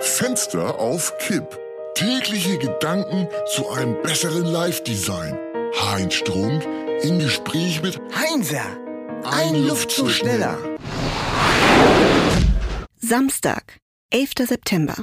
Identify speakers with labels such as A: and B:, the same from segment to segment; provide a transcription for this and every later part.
A: Fenster auf Kipp. Tägliche Gedanken zu einem besseren Live-Design. Heinz Strunk im Gespräch mit
B: Heinzer,
A: Ein Luftzug schneller.
C: Samstag, 11. September.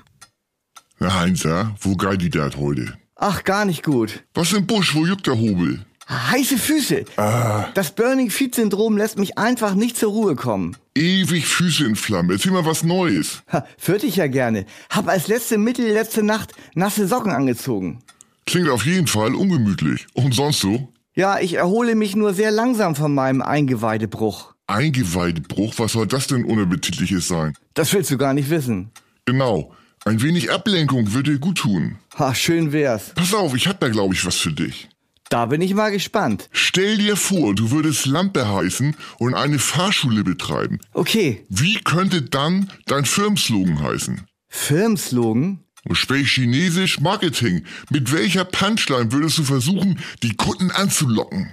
A: Na Heinzer, wo geht die dat heute?
B: Ach, gar nicht gut.
A: Was im Busch, wo juckt der Hobel?
B: Heiße Füße.
A: Ah.
B: Das Burning Feet Syndrom lässt mich einfach nicht zur Ruhe kommen.
A: Ewig Füße in Flammen. Erzähl mal was Neues.
B: Ha, würde ich ja gerne. Hab als letzte Mittel letzte Nacht nasse Socken angezogen.
A: Klingt auf jeden Fall ungemütlich. Und sonst so?
B: Ja, ich erhole mich nur sehr langsam von meinem Eingeweidebruch.
A: Eingeweidebruch, was soll das denn unappetitliches sein?
B: Das willst du gar nicht wissen.
A: Genau, ein wenig Ablenkung würde dir gut tun.
B: Ha, schön wär's.
A: Pass auf, ich hab da glaube ich was für dich.
B: Da bin ich mal gespannt.
A: Stell dir vor, du würdest Lampe heißen und eine Fahrschule betreiben.
B: Okay,
A: Wie könnte dann dein Firmenslogan heißen?
B: Firmenslogan?
A: Sprich Chinesisch Marketing. Mit welcher Punchline würdest du versuchen, die Kunden anzulocken?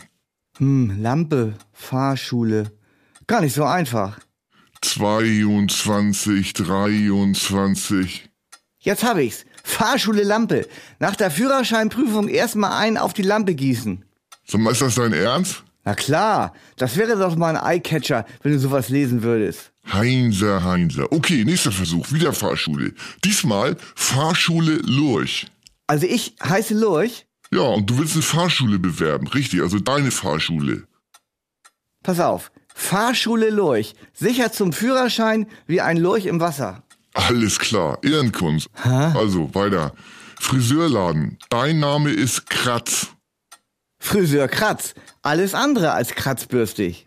B: Hm, Lampe, Fahrschule. Gar nicht so einfach.
A: 22, 23.
B: Jetzt hab ich's. Fahrschule Lampe. Nach der Führerscheinprüfung erstmal einen auf die Lampe gießen.
A: Sag mal, ist das dein Ernst?
B: Na klar, das wäre doch mal ein Eyecatcher, wenn du sowas lesen würdest.
A: Heinser, Heinser. Okay, nächster Versuch. Wieder Fahrschule. Diesmal Fahrschule Lurch.
B: Also ich heiße Lurch.
A: Ja, und du willst eine Fahrschule bewerben. Richtig, also deine Fahrschule.
B: Pass auf. Fahrschule Lurch. Sicher zum Führerschein wie ein Lurch im Wasser.
A: Alles klar, Ehrenkunst. Also, weiter. Friseurladen. Dein Name ist Kratz.
B: Friseur Kratz. Alles andere als kratzbürstig.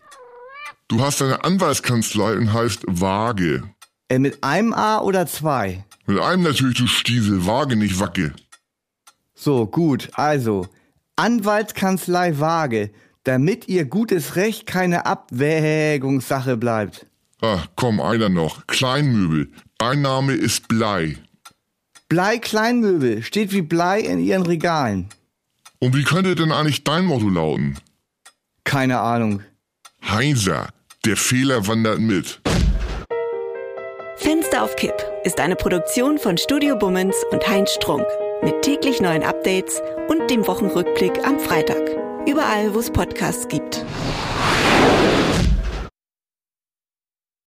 A: Du hast eine Anwaltskanzlei und heißt Waage.
B: Äh, mit einem A oder zwei?
A: Mit einem natürlich, du Stiesel. Waage, nicht Wacke.
B: So, gut. Also, Anwaltskanzlei Waage. Damit ihr gutes Recht keine Abwägungssache bleibt.
A: Ah, komm, einer noch. Kleinmöbel. Dein Name ist Blei.
B: Blei Kleinmöbel steht wie Blei in ihren Regalen.
A: Und wie könnte denn eigentlich dein Motto lauten?
B: Keine Ahnung.
A: Heinser, der Fehler wandert mit.
C: Fenster auf Kipp ist eine Produktion von Studio Bummens und Heinz Strunk. Mit täglich neuen Updates und dem Wochenrückblick am Freitag. Überall, wo es Podcasts gibt.